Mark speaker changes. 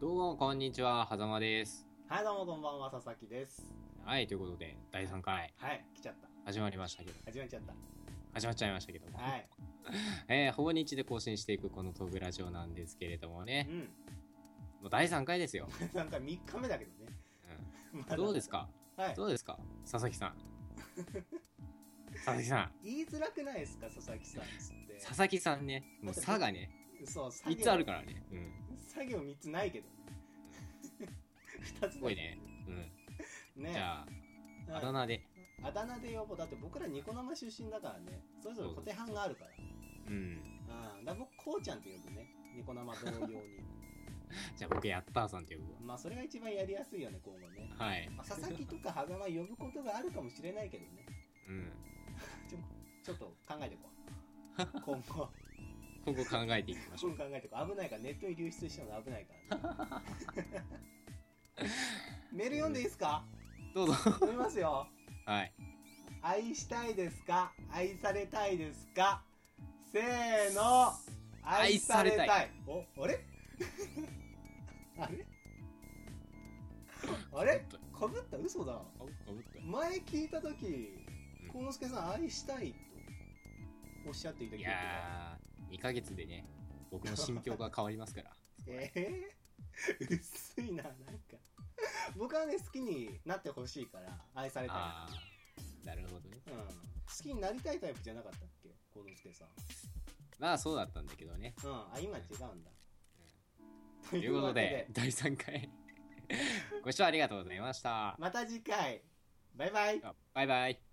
Speaker 1: どうも、こんにちは。狭間です。
Speaker 2: はい、どうもこんばんは、佐々木です。
Speaker 1: はい、ということで、第3回、
Speaker 2: はい、来ちゃった。
Speaker 1: 始まりましたけど、
Speaker 2: 始まっちゃった。
Speaker 1: 始まっちゃいましたけども、
Speaker 2: はい。
Speaker 1: えー、ほぼ日で更新していくこのトグラジオなんですけれどもね
Speaker 2: う、ん。
Speaker 1: も う第3回ですよ。
Speaker 2: なんか3日目だけどね。
Speaker 1: うん、どうです
Speaker 2: か
Speaker 1: か
Speaker 2: はい
Speaker 1: ど。うですか佐々木さん。佐々木 さん。
Speaker 2: 言いづらくないですか、佐々木さんっつって。
Speaker 1: 佐々木さんね、もう差がね、
Speaker 2: そう、作
Speaker 1: 3
Speaker 2: 業
Speaker 1: つあるからね。うん。
Speaker 2: 作業3つないけどね。2つす
Speaker 1: すごいね。。うん。
Speaker 2: ね
Speaker 1: じゃ
Speaker 2: うん
Speaker 1: あ、あだ名で。
Speaker 2: あだ名で呼ぼう。だって僕らニコ生出身だからね。それぞれ固定班があるから。
Speaker 1: うん。
Speaker 2: うん。だから僕、こうちゃんって呼ぶね。ニコ生 同様に。
Speaker 1: じゃあ僕、ヤッターさんって呼ぶわ。
Speaker 2: まあ、それが一番やりやすいよね、今後ね。
Speaker 1: はい。
Speaker 2: まあ、佐々木とか狭間呼ぶことがあるかもしれないけどね。
Speaker 1: うん。
Speaker 2: ちょっと考えてこう。今後、
Speaker 1: ここ考えていきましょう。
Speaker 2: 今考えてこう。危ないから、ネットに流出したの危ないから、ね。 メール読んでいいですか
Speaker 1: どうぞ。
Speaker 2: 読みますよ。
Speaker 1: はい。
Speaker 2: 愛したいですか愛されたいですかせーの
Speaker 1: 愛されたい
Speaker 2: お、あれ あれあれ
Speaker 1: ちょっ
Speaker 2: かぶった嘘だ。
Speaker 1: とかぶった
Speaker 2: 前聞いたとき
Speaker 1: うん、
Speaker 2: 幸之助さん愛したいとおっしゃっていた
Speaker 1: い
Speaker 2: 記憶が
Speaker 1: やー、2ヶ月でね、僕の心境が変わります から。
Speaker 2: えー、薄いななんか僕はね好きになってほしいから愛された
Speaker 1: あー、なるほどね。
Speaker 2: い、うん、好きになりたいタイプじゃなかったっけ幸之助さん
Speaker 1: まあそうだったんだけど ね。
Speaker 2: うんあ今違うんだ、と
Speaker 1: ということで、
Speaker 2: わ
Speaker 1: 第3回、 ご視聴ありがとうございました。
Speaker 2: また次回バイバイ
Speaker 1: あバイバイ。